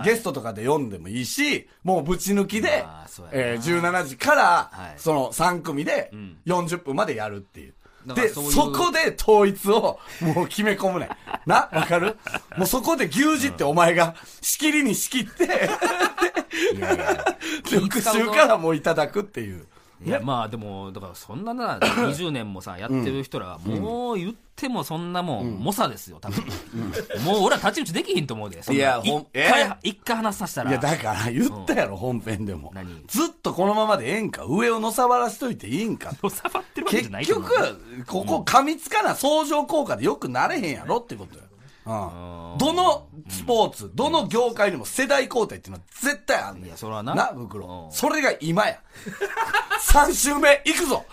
S3: ゲストとかで読んでもいいし、もうぶち抜きで
S2: あーそう、やな
S3: えー17時から、
S2: はい
S3: その3組で40分までやるっていう。
S2: だから
S3: で
S2: そういう
S3: そこで統一をもう決め込むねん。なわ
S2: <laughs>
S3: かるもうそこで牛耳ってお前がしきりに仕切って、
S2: いやいや。
S3: <laughs> 翌週からもういただくっていう。
S2: いや、まあでも、だからそんな
S3: <coughs>
S2: な、20年もさ、やってる人ら、もう言ってもそんなもん、猛者ですよ、多分。もう俺は立ち打ちできひんと思うで。そんない
S3: やほん
S2: 一
S3: え
S2: 回、一回話させたら。
S3: いや、だから言ったやろ、本編でも
S2: 何。
S3: ずっとこのままでええんか、上をのさばらしといていいん
S2: <laughs>
S3: か。
S2: のさばってるわけじ
S3: 結
S2: ゃないと思う
S3: 局、ここ噛みつかな相乗効果でよくなれへんやろってことよ。うん、どのスポーツ、どの業界にも世代交代っていうのは絶対あんねん。
S2: いやそれはな
S3: 袋
S2: う。ん
S3: それが今や。3週
S2: <laughs>
S3: 目、行くぞ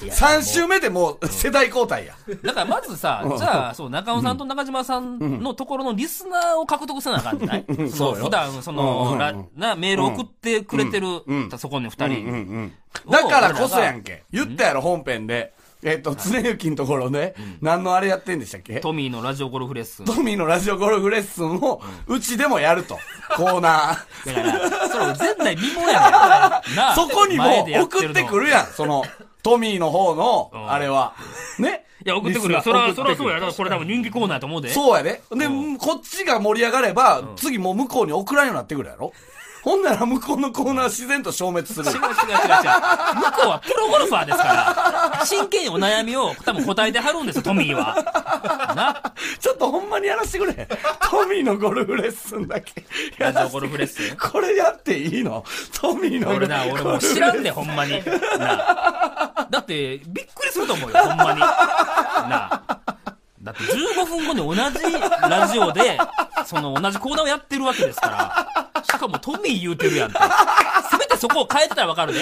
S3: !3 週目でもう世代交代や。
S2: だからまずさ、じゃあ、そう、中尾さんと中島さんのところのリスナーを獲得せなあかんじゃないそ
S3: そうよ
S2: 普段、そ
S3: うんうん
S2: の、
S3: うん
S2: らな、メール送ってくれてる、そこに二人、を
S3: だからこそやん。け。言ったやろ、本編で。えっと、常幸のところね、何のあれやってんでしたっけ
S2: トミーのラジオゴルフレッスン。だ
S3: トミーのラジオゴルフレッスンを、うちでもやると。コ
S2: <laughs>
S3: ーナ
S2: から、それ前代未聞やからな
S3: ー。
S2: あ
S3: そこに
S2: 前
S3: も
S2: でや
S3: 送
S2: る
S3: っ
S2: の
S3: てくるやん、その、トミーの方の、
S2: ん
S3: あれは。ね
S2: いや、送ってくる
S3: リ
S2: よ。
S3: ス
S2: そ
S3: ナー
S2: ら、そ
S3: 送っ
S2: ら
S3: てく
S2: そう
S3: る
S2: や。だからこれ多分人気コーナーやと思うで。う。
S3: そうやで。で、こっちが盛り上がれば、次もう向こうに送らんようになってくるやろ。ほんなら向こうのコーナー自然と消滅す
S2: <laughs>
S3: る
S2: 違う違う違う違う。。向こうはプロゴルファーですから、真剣にお悩みを多分答えてはるんですよ、トミーは。な。
S3: ちょっとほんまにやらせてくれ。トミーのゴルフレッスンだけ。
S2: ラジオゴルフレッスン
S3: これやっていいのトミーのゴ
S2: 俺
S3: ルフ
S2: な、
S3: レッスン。
S2: 俺もう知らんで、ほんまに。なあだって、びっくりすると思うよ、ほんまに。なあだって15分後に同じラジオで、その同じコーナーをやってるわけですから。しかもトミー言うてるやんって。せめてそこを変えてたらわかるね。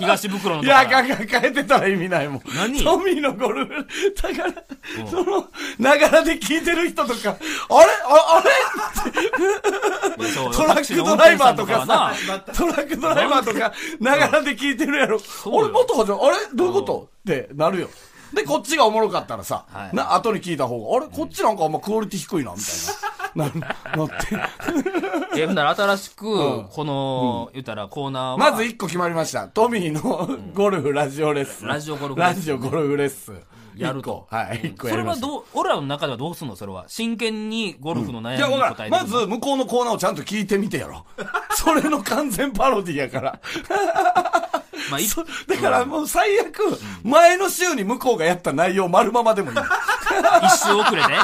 S2: 東袋の
S3: い
S2: とこ
S3: や、
S2: から
S3: かか変えてたら意味ないもん。
S2: 何
S3: トミーのゴルフ、だから、その、ながらで聞いてる人とか、あれああれ
S2: そう
S3: トラックドライバーと
S2: タクシーの運転手さ
S3: か
S2: んは
S3: さ
S2: な、
S3: トラックドライバーとか、ながらで聞いてるやろ。
S2: うよ
S3: 俺、もっとかじゃん、あれどういうことってなるよ。で、こっちがおもろかったらさ、
S2: はい
S3: な、後に聞いた方が、あれこっちなんかあんまクオリティ低いな、みたいな。
S2: <laughs>
S3: な、なって。
S2: えほんなら新しく、この、言ったらコーナーは。
S3: まず1個決まりました。トミーのゴルフラジオレッスン。
S2: ラジオゴルフレッスン
S3: ラジオゴルフレッスン。
S2: やる
S3: 一個
S2: と。
S3: はい、
S2: うん
S3: 1個
S2: そ
S3: や
S2: れ
S3: りま
S2: は
S3: した。
S2: どう、俺らの中ではどうすんのそれは。真剣にゴルフの悩み
S3: い
S2: に答え
S3: や、わ
S2: て
S3: か
S2: く
S3: ら
S2: る
S3: ん
S2: の
S3: まず、向こうのコーナーをちゃんと聞いてみてやろ。 <laughs> それの完全パロディやから。 <laughs>
S2: まあ、い
S3: そだからもう最悪、前の週に向こうがやった内容丸ままでもいい。
S2: 一周遅れで。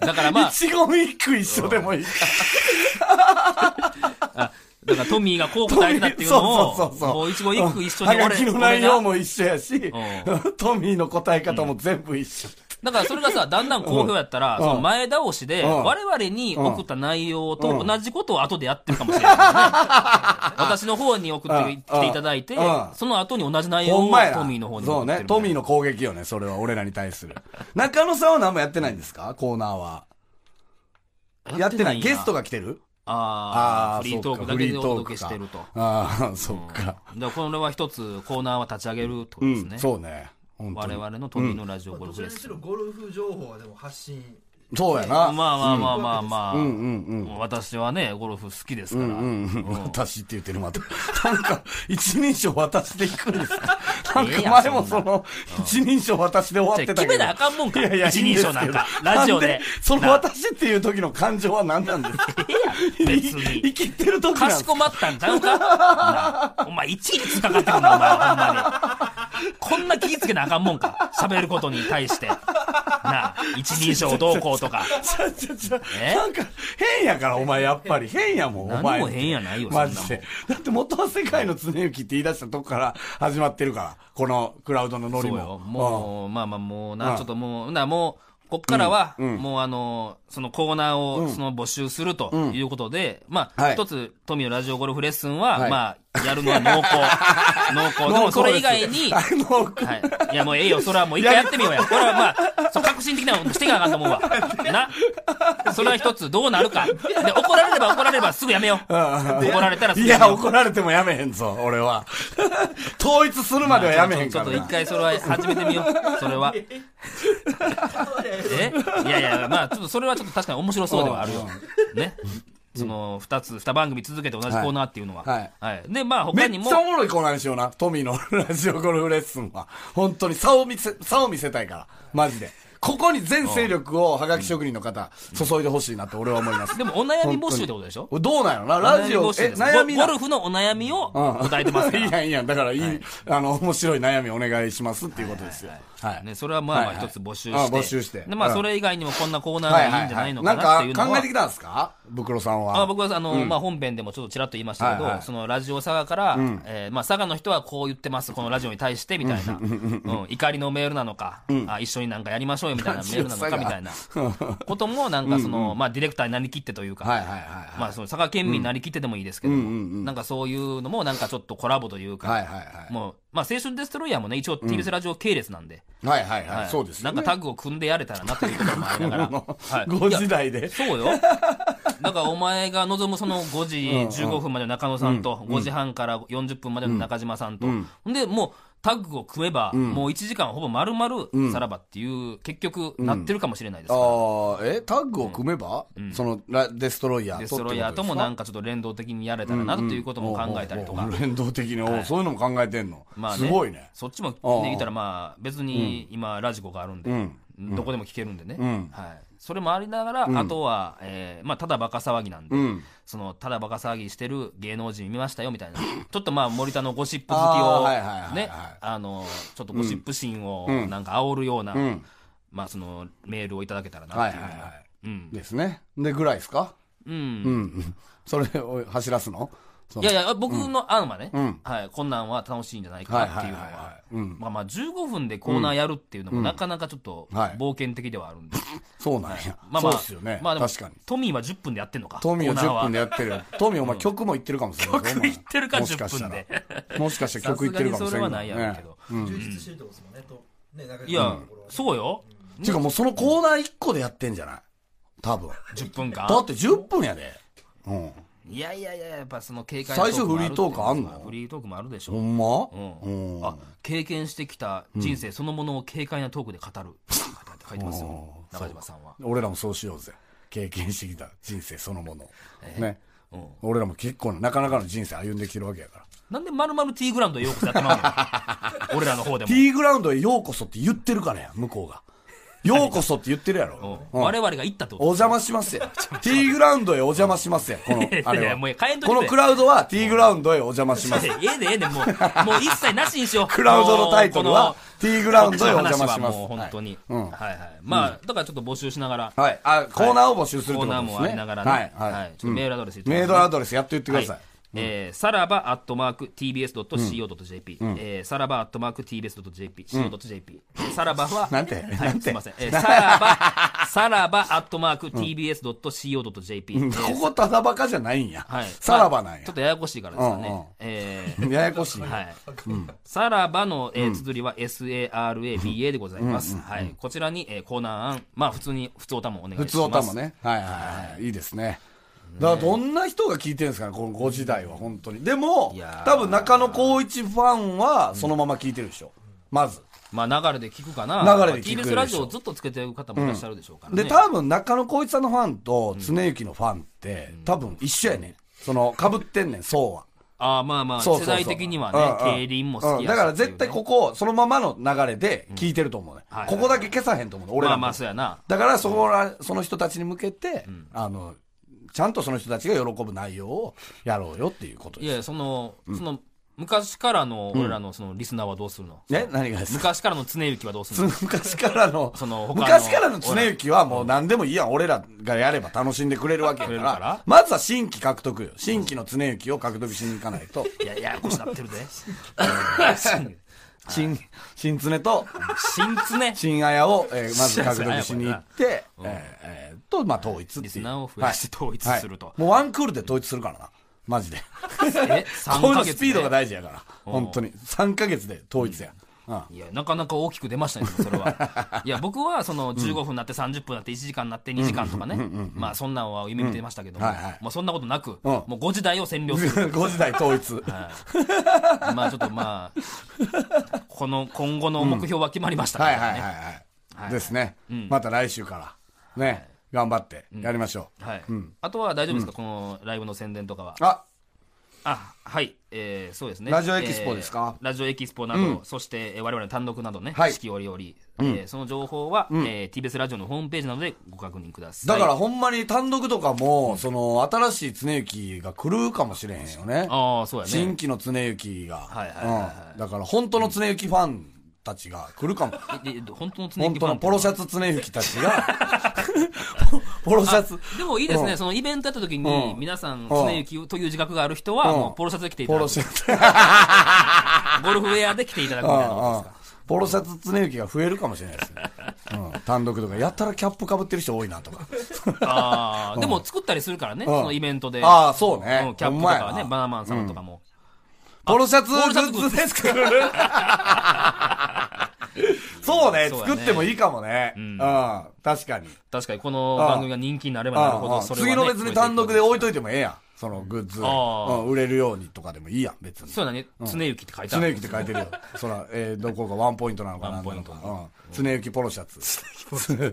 S2: だからまあ、
S3: 一言一句一緒で <laughs> もいい。
S2: あだからトミーがこう答えてたっていうのを、
S3: そうそうそうそう。
S2: もう一言一句一緒に
S3: うんは
S2: 俺
S3: がきの
S2: 俺
S3: 内容
S2: が、
S3: も一緒やし、 <laughs> トミーの答え方も全部一緒。
S2: だからそれがさ、だんだん好評やったら、
S3: うん
S2: その前倒しで、
S3: うん
S2: 我々に送った内容
S3: う
S2: と
S3: ん
S2: 同じことを後でやってるかもしれ
S3: <laughs>
S2: ないからね。私の方に送ってき
S3: うん
S2: ていただいて
S3: うん、
S2: その後に同じ内容
S3: ほ
S2: を
S3: んまやな。
S2: トミーの方に
S3: そ
S2: 送
S3: う
S2: ってる
S3: ね。トミーの攻撃よね、それは俺らに対する。 <laughs> 中野さんは何もやってないんですかコーナーは。やってない。ゲスト
S2: が。
S3: が来てる
S2: ああ、
S3: あー
S2: フリートー
S3: そう
S2: ク
S3: か
S2: だけ
S3: フリ
S2: で
S3: ー
S2: お
S3: トーク
S2: 届けしてると。
S3: ああ、そっ
S2: だ
S3: か。
S2: からこれは一つコーナーは立ち上げるってこと
S3: う
S2: です
S3: ん
S2: ね、。
S3: そうね。本当
S2: 我
S3: に。
S2: 々のトミーのラジオ
S1: まあ
S2: ゴル
S1: ど
S2: フレ
S1: ちら
S2: ッ
S1: に
S2: ス
S1: し
S2: ン
S1: ろゴルフ情報はでも発信
S3: そうや
S2: ま
S3: な。
S2: あまあまあまあまあ、
S3: うんうんうん。
S2: 私はねゴルフ好きですから、
S3: うんうん、私って言ってるまた。 <laughs> なんか、一人称私でいくんで
S2: <laughs>
S3: すかなん
S2: ええ
S3: か
S2: やん
S3: 前もその、一人称私で終わってたけど。
S2: じゃあ決めなあかんもんか
S3: いやいや、
S2: 一人称なんか
S3: いいですけど
S2: ラジオで
S3: なんその私っていう時の感情は何なんですか
S2: <laughs> 別に
S3: 生きてる時なん
S2: か
S3: で
S2: し
S3: すか
S2: こまったんちゃうかなあお前一気に突っかかってくるのお前はほんまにこんな気ぃつけなあかんもんか喋ることに対してなあ一人称どうこうとか
S3: ちゃちゃちゃ
S2: え
S3: なんか、変やから、お前、やっぱり。変やもん、お前。
S2: 何も変やないよ
S3: マジ
S2: そんな
S3: で。だって、元は世界の常幸って言い出したとこから始まってるから。この、クラウドのノリ
S2: そう
S3: も。
S2: よもうまあまあもうなちょっともうなもうこっからは、もうあの、そのコーナーを、その募集するということで、ま
S3: は
S2: あ、
S3: い
S2: 一つ、富のラジオゴルフレッスンは、
S3: はい
S2: まあ、やるのは <laughs> 濃厚。濃厚。でもそれ以外に、
S3: あの、
S2: はい。いや、もうええよ。それはもう一回やってみようや。これはまあ、そう、革新的なことしていかなあかんと思うわ。な。それは一つ、どうなるか。で、怒られれば怒られればすぐやめよう。怒られたらすぐ
S3: い
S2: やめ
S3: や、
S2: よう。
S3: 怒られてもやめへんぞ、俺は。 <laughs> 統一するまではやめへん
S2: ちょ
S3: か
S2: っと
S3: ら
S2: 一
S3: な。
S2: 回それは始めてみよう。それ
S3: <laughs>
S2: は。えいやいや、まあ、ちょっとそれはちょっと確かに面白そうではあるよ。ね。その、二つ、二番組続けて同じコーナーっていうのは。
S3: はい
S2: はい。で、まあ、
S3: め
S2: 他に
S3: っ
S2: も
S3: ちゃ、おもろいコーナーにしような。トミーの <laughs> ラジオゴルフレッスンは。本当に差を見せ、差を見せたいから。マジで。ここに全勢力をハガキ職人の方、注いでほしいなって俺は思います。
S2: でもお悩み募集ってことでしょ
S3: どうなんやろなラジオ
S2: お、悩み
S3: え、
S2: 募集です
S3: 悩み
S2: ゴ
S3: な
S2: ゴルフのお悩みを
S3: うん
S2: 答えてますから
S3: <laughs> いやいや、だからいい、あの、面白い悩みお願いしますっていうことですよ。はい。
S2: ね、それはまあま
S3: はい
S2: あ
S3: はい
S2: 一つ募集して、
S3: あ募集して
S2: でまあ
S3: うん
S2: それ以外にもこんなコーナー
S3: は
S2: が
S3: い
S2: いい
S3: は
S2: んじゃ
S3: い
S2: な
S3: はいい。
S2: の
S3: な
S2: か
S3: ん
S2: なっていうのは、
S3: か考えてきたんですかブクロさんは。
S2: あ僕はあの、まあ、本編でもちょっとちらっと言いましたけど、
S3: はいはい
S2: そのラジオ佐賀から、えーまあ、佐賀の人はこう言ってます、このラジオに対してみたいな、うん、怒りのメールなのか、あ、一緒になんかやりましょうよみたいな
S3: <laughs> ラ
S2: メ
S3: ジ
S2: ー
S3: オ
S2: ルなの
S3: 佐
S2: か
S3: 賀
S2: みたいなことも、
S3: <laughs>
S2: なんかその、まあ、ディレクターになりきってというか、
S3: はいはいはいはい。
S2: まあ、その佐賀県民になりきってでもいいですけど、なんかそういうのも、なんかちょっとコラボというか、
S3: はいはいはい。
S2: もう、まあ、青春デストロイヤーもね、一応 TBS ラジオ系列なんで、
S3: はいはいは。
S2: はいい
S3: そうですよ
S2: な
S3: ね。
S2: んかタッグを組んでやれたらなということもありな
S3: <laughs>
S2: がら。はい
S3: 5時台で。
S2: そうよ。だからお前が望むその5時15分までの中野さんと、5時半から40分までの中島さんと、ほんで、もうタッグを組めば、もう1時間ほぼ丸々さらばっていう、結局、なってるかもしれないですから。
S3: ああ、え、タッグを組めば、そのラ、デストロイヤーと。
S2: デストロイヤーともなんかちょっと連動的にやれたらなということも考えたりと
S3: おう
S2: か
S3: おうお。う連動的に、おうそういうのも考えてんの。
S2: まあね、
S3: すごいね。
S2: そっちも
S3: ああ
S2: できたら、まあ、別に今、ラジコがあるんで、どこでも聞けるんでね、はい、それもありながら、あとは、えーまあ、ただバカ騒ぎなんで、そのただバカ騒ぎしてる芸能人見ましたよみたい
S3: <laughs>
S2: な、ちょっとまあ森田のゴシップ好き
S3: あー
S2: を
S3: はいはいはいはい、
S2: ねあのちょっとゴシップ心をなんか煽るような、まあ、そのメールをいただけたらな
S3: は
S2: っ
S3: い
S2: て
S3: はいいう
S2: のは
S3: は
S2: うん
S3: い。ですね。で、ぐらいですか
S2: うん
S3: うん。それを走らすのそ
S2: い
S3: の
S2: やいや、僕の案はね、はい、こんなんは楽しいんじゃないかっていうの
S3: はいはいはい
S2: は
S3: は、
S2: まあまあ15分でコーナーやるっていうのもなかなかちょっと
S3: はい
S2: 冒険的ではあるんで。
S3: そうなんや。
S2: まあ
S3: そ
S2: ま
S3: う
S2: あ、
S3: ですよね。
S2: まあでも
S3: 確かに。
S2: トミーは10分でやってんのか。
S3: トミーは
S2: コーナ
S3: 10分で
S2: は
S3: やってるよ。トミーお前曲も言ってるかもしれない。
S2: 曲言ってるか
S3: もししたら
S2: 10分。
S3: もしかして曲言ってるかもしれ
S2: さすがにそれは
S3: な
S2: ないい
S3: けど。
S2: やろ
S3: ね
S2: うけど。
S1: 充実してるってことですもんねとね中
S2: い
S1: 島さ
S2: や
S1: んのところ、は
S2: そうよ。
S3: ていうかもうそのコーナー1個でやってんじゃない多分。
S2: 10分間
S3: だ。って10分やで。うん。
S2: いやいやいや、やっぱその警戒
S3: 最初フリートークあんの
S2: フリートークもあるでし
S3: ほ
S2: ょ。
S3: んま
S2: うん。あ、経験してきた人生そのものを軽快なトークで語る。って書いてますよ。中島さんは。
S3: 俺らもそうしようぜ。経験してきた人生そのものを。ね。
S2: うん。
S3: 俺らも結構な、なかなかの人生歩んできてるわけやから。
S2: なんで丸々 T グラウンドへようこそやってまうの
S3: <laughs>
S2: 俺らの方でも。
S3: T グラウンドへようこそって言ってるからや、向こうが。ようこそって言ってるやろ。
S2: うん我々が行ったって
S3: お
S2: こと
S3: 邪魔しますや。T グラウンドへお邪魔しま
S2: <laughs>
S3: すや。この、あ
S2: いやい
S3: れ
S2: やもう帰ん
S3: は。
S2: といて
S3: このクラウドは T グラウンドへお邪魔します。
S2: ええでええで、もう、もう一切なしにしよう。
S3: <laughs> クラウドのタイトルは T グ
S2: グ
S3: ラウンドへお邪魔します。
S2: もう本当に。
S3: はいう
S2: はい
S3: ん
S2: はい。まあ、だからちょっと募集しながら、
S3: はい。あ、コーナーを募集する
S2: コー
S3: ってこと
S2: ナー
S3: ですね。
S2: もありながらね。
S3: はい。は
S2: はいい。ちょっとメールアドレス言って
S3: メールアドレスやっと言ってください。
S2: はいえーさらばアットマーク TBS.CO.JP、えーさらばアットマーク TBS.JP、CO.JP、えーさらばは、
S3: なんて
S2: は
S3: なん
S2: い、
S3: て
S2: すみません、えー
S3: <laughs>
S2: さらば、さらばアットマーク TBS.CO.JP、えー
S3: ここただバカじゃないんや。
S2: はい、
S3: さらばなん
S2: まあ
S3: や
S2: ちょっ。とややこしいからですかね。
S3: うんうん
S2: え
S3: ややこしい。
S2: ーはい。さらばの、えー、綴りは SARABA でございます。はい。こちらに、えー、コーナー案、まあ普通に、普通おたもお願いしま
S3: 普
S2: す。
S3: 通歌も。ね。はいはいはい。いいですね。だからどんな人が聞いてるんですかね、この5時代は本当に。でも
S2: いや、ー
S3: 多分中野光一ファンはそのまま聞いてるでしょ。まず。
S2: まあ流れで聞くかな。
S3: 流れで聞くでし
S2: TBS
S3: ょ
S2: ラジオをずっとつけてる方もいらっしゃるでしょうからね。
S3: で、多分中野光一さんのファンと常幸のファンって、多分一緒やね。その、被ってんねん、層は。
S2: ああ、まあまあ、
S3: そうそう
S2: 世
S3: そう
S2: 代的には
S3: うんうん
S2: ね、競輪も好
S3: うん
S2: きやし
S3: だから絶対ここ、そのままの流れで聞いてると思うね。
S2: はい
S3: ここだけ消さへんと思うね、
S2: 俺
S3: 俺
S2: ま
S3: ら
S2: あ
S3: も
S2: まあ、そうやな。
S3: だからそこら、その人たちに向けて、あの、ちゃんとその人たちが喜ぶ内容をやろうよっていうこと
S2: い
S3: です。
S2: やいや、その、その、昔からの俺らのそのリスナーはどうするの
S3: ね何がですか
S2: 昔からの常幸はどうす
S3: <laughs>
S2: るの
S3: 昔からの、
S2: その他の
S3: 昔からの常幸はもう何でもいいやん。俺らがやれば楽しんでくれるわけやか
S2: く
S3: ら。
S2: れるから
S3: まずは新規獲得よ。新規の常幸を獲得しに行かないと。
S2: いや、ややこしなってるで。
S3: 新、新常と、
S2: 新常
S3: <laughs> 新綾を、えーまず獲得しに行って、えーえーと、まあ、統一
S2: リ
S3: って
S2: ス
S3: いう。
S2: ナーを増やして統一すると
S3: はいもうワンクールで統一するからな。マジで。
S2: え
S3: こうい
S2: 3
S3: う
S2: ヶ
S3: の
S2: 月
S3: スピードが
S2: 大
S3: 大事やから。本当に。3ヶ月で統一や。うん
S2: いやなかなか大きく出ましたねでもそれ
S3: <laughs>
S2: はいや僕はその15分になって30分になって1時間になって2時間とかねまあそんなんは夢見てましたけども
S3: うんはいはい
S2: まあそんなことなく
S3: うん
S2: もう5時代を占領する
S3: <laughs> 5時代統一。
S2: はいまあちょっとまあこの今後の目標は決まりましたか
S3: はい
S2: らね
S3: はいはいはい。ですね。また来週から、ね、頑張ってやりましょう。
S2: はいあとは大丈夫ですかこのライブの宣伝とかは
S3: あ、
S2: あはい、えーそうですね。
S3: ラジオエキスポですか
S2: えーラジオエキスポなど、そして、えー我々の単独などね、
S3: はい
S2: 四季折々、えーその情報は、えー TBS ラジオのホームページなどでご確認くださ
S3: だ
S2: い。
S3: から
S2: あ
S3: ほんまに単独とかも、その、新しい常行が来るかもしれへんよね。
S2: あー、そうやね。
S3: 新規の常行が
S2: はいはいはいは。
S3: うんだから本当の常行ファンたちが来るかも。
S2: ええ本当の常
S3: <laughs> 本
S2: にフ
S3: 当
S2: ァン
S3: の
S2: って
S3: ポロシャツ常行たちが、
S2: <laughs>
S3: ポロシャツ。
S2: でもいいですね、
S3: うん
S2: そのイベントやった時に、
S3: うん
S2: 皆さん、常幸という自覚がある人は、
S3: うん
S2: もうポロシャツで来ていた
S3: ポ
S2: だ
S3: ロ
S2: く。
S3: シャツ。
S2: ゴルフウェアで来ていただくみたいなことですか。
S3: ポロシャツ常行が増えるかもしれないですね。うん単独とか、やったらキャップかぶってる人多いなとか。
S2: ああ、でも作ったりするからね、そのイベントで。
S3: ああ、そうね。
S2: うんキャップと
S3: ほん
S2: か
S3: まや
S2: ね、
S3: な
S2: バナナマンさんとかも。
S3: ポロシャツ
S2: ポロシャツ
S3: グッズで
S2: <laughs>
S3: 作るそうね、
S2: そうやね
S3: 作ってもいいかもね。うん、確かに。
S2: 確かにこの番組が人気になればなるほ
S3: うんう
S2: ど、
S3: ん
S2: それはね
S3: 次の別に単独で置い
S2: と
S3: といてもええやん。そのグッズ、
S2: あー
S3: うん売れるようにとかでもいいやん、別に。
S2: そうだね、常幸って書いてあ
S3: 常
S2: る
S3: 行って書いてるよ。そら、えーどこがワンポイントなのかな
S2: ワン
S3: と
S2: ポ
S3: か。
S2: イント
S3: うん。常行ポロシ
S2: <laughs>
S3: ャツ。 <laughs>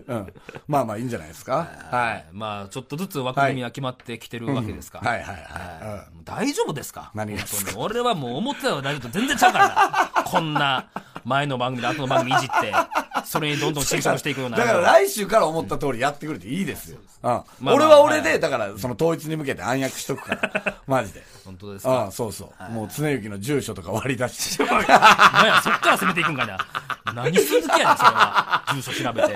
S3: うんまあまあいいんじゃないですか。はい。
S2: まあちょっとずつ枠組みは決まってきてるわけですか、
S3: はいはいはい。うん
S2: もう大丈夫ですか
S3: 何がですか
S2: 本当に俺はもう思ってたのと大丈夫と全然ちゃう
S3: <laughs>
S2: からなこんな前の番組で後の番組いじってそれにどんどん侵食していくような
S3: だから来週から思った通りやってくれていいですよ。うん
S2: まあ
S3: 俺は俺
S2: は
S3: で、
S2: い
S3: だからその統一に向けて暗躍しとく
S2: <laughs>
S3: から。マジで。
S2: 本当ですか
S3: ああ、そうそう。もう常行の住所とか割り
S2: <laughs>
S3: 出して。
S2: なんやそっから攻めていくんかいな何する気やねんそれは住所調べて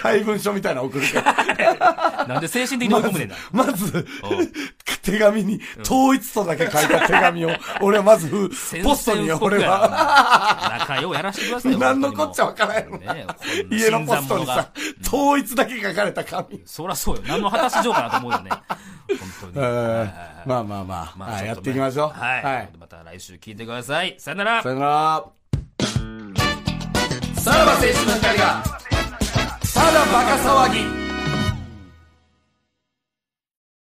S3: 怪文書みたいなの送るから。
S2: なんで精神的に追い込むねん
S3: <laughs>
S2: な
S3: まず、手紙に、統一とだけ書いた手紙を、俺はまず、ポストに俺は、
S2: は仲良うやらしてくださいよ
S3: 何のこっちゃわからんよな
S2: ねえこんな
S3: 家のポストに
S2: 新参者が
S3: さ、統一だけ書かれた紙。
S2: そりゃそうよ。何の果たし状かなと思う
S3: <laughs>
S2: よね。本当
S3: え
S2: に。
S3: ーまあまあまあ、はいやっていきましょう。
S2: はい。
S3: はい。
S2: また来週聞いてください。さよなら
S3: さ。よなら。
S2: さらば青春の光が。
S3: ただバカ騒ぎ。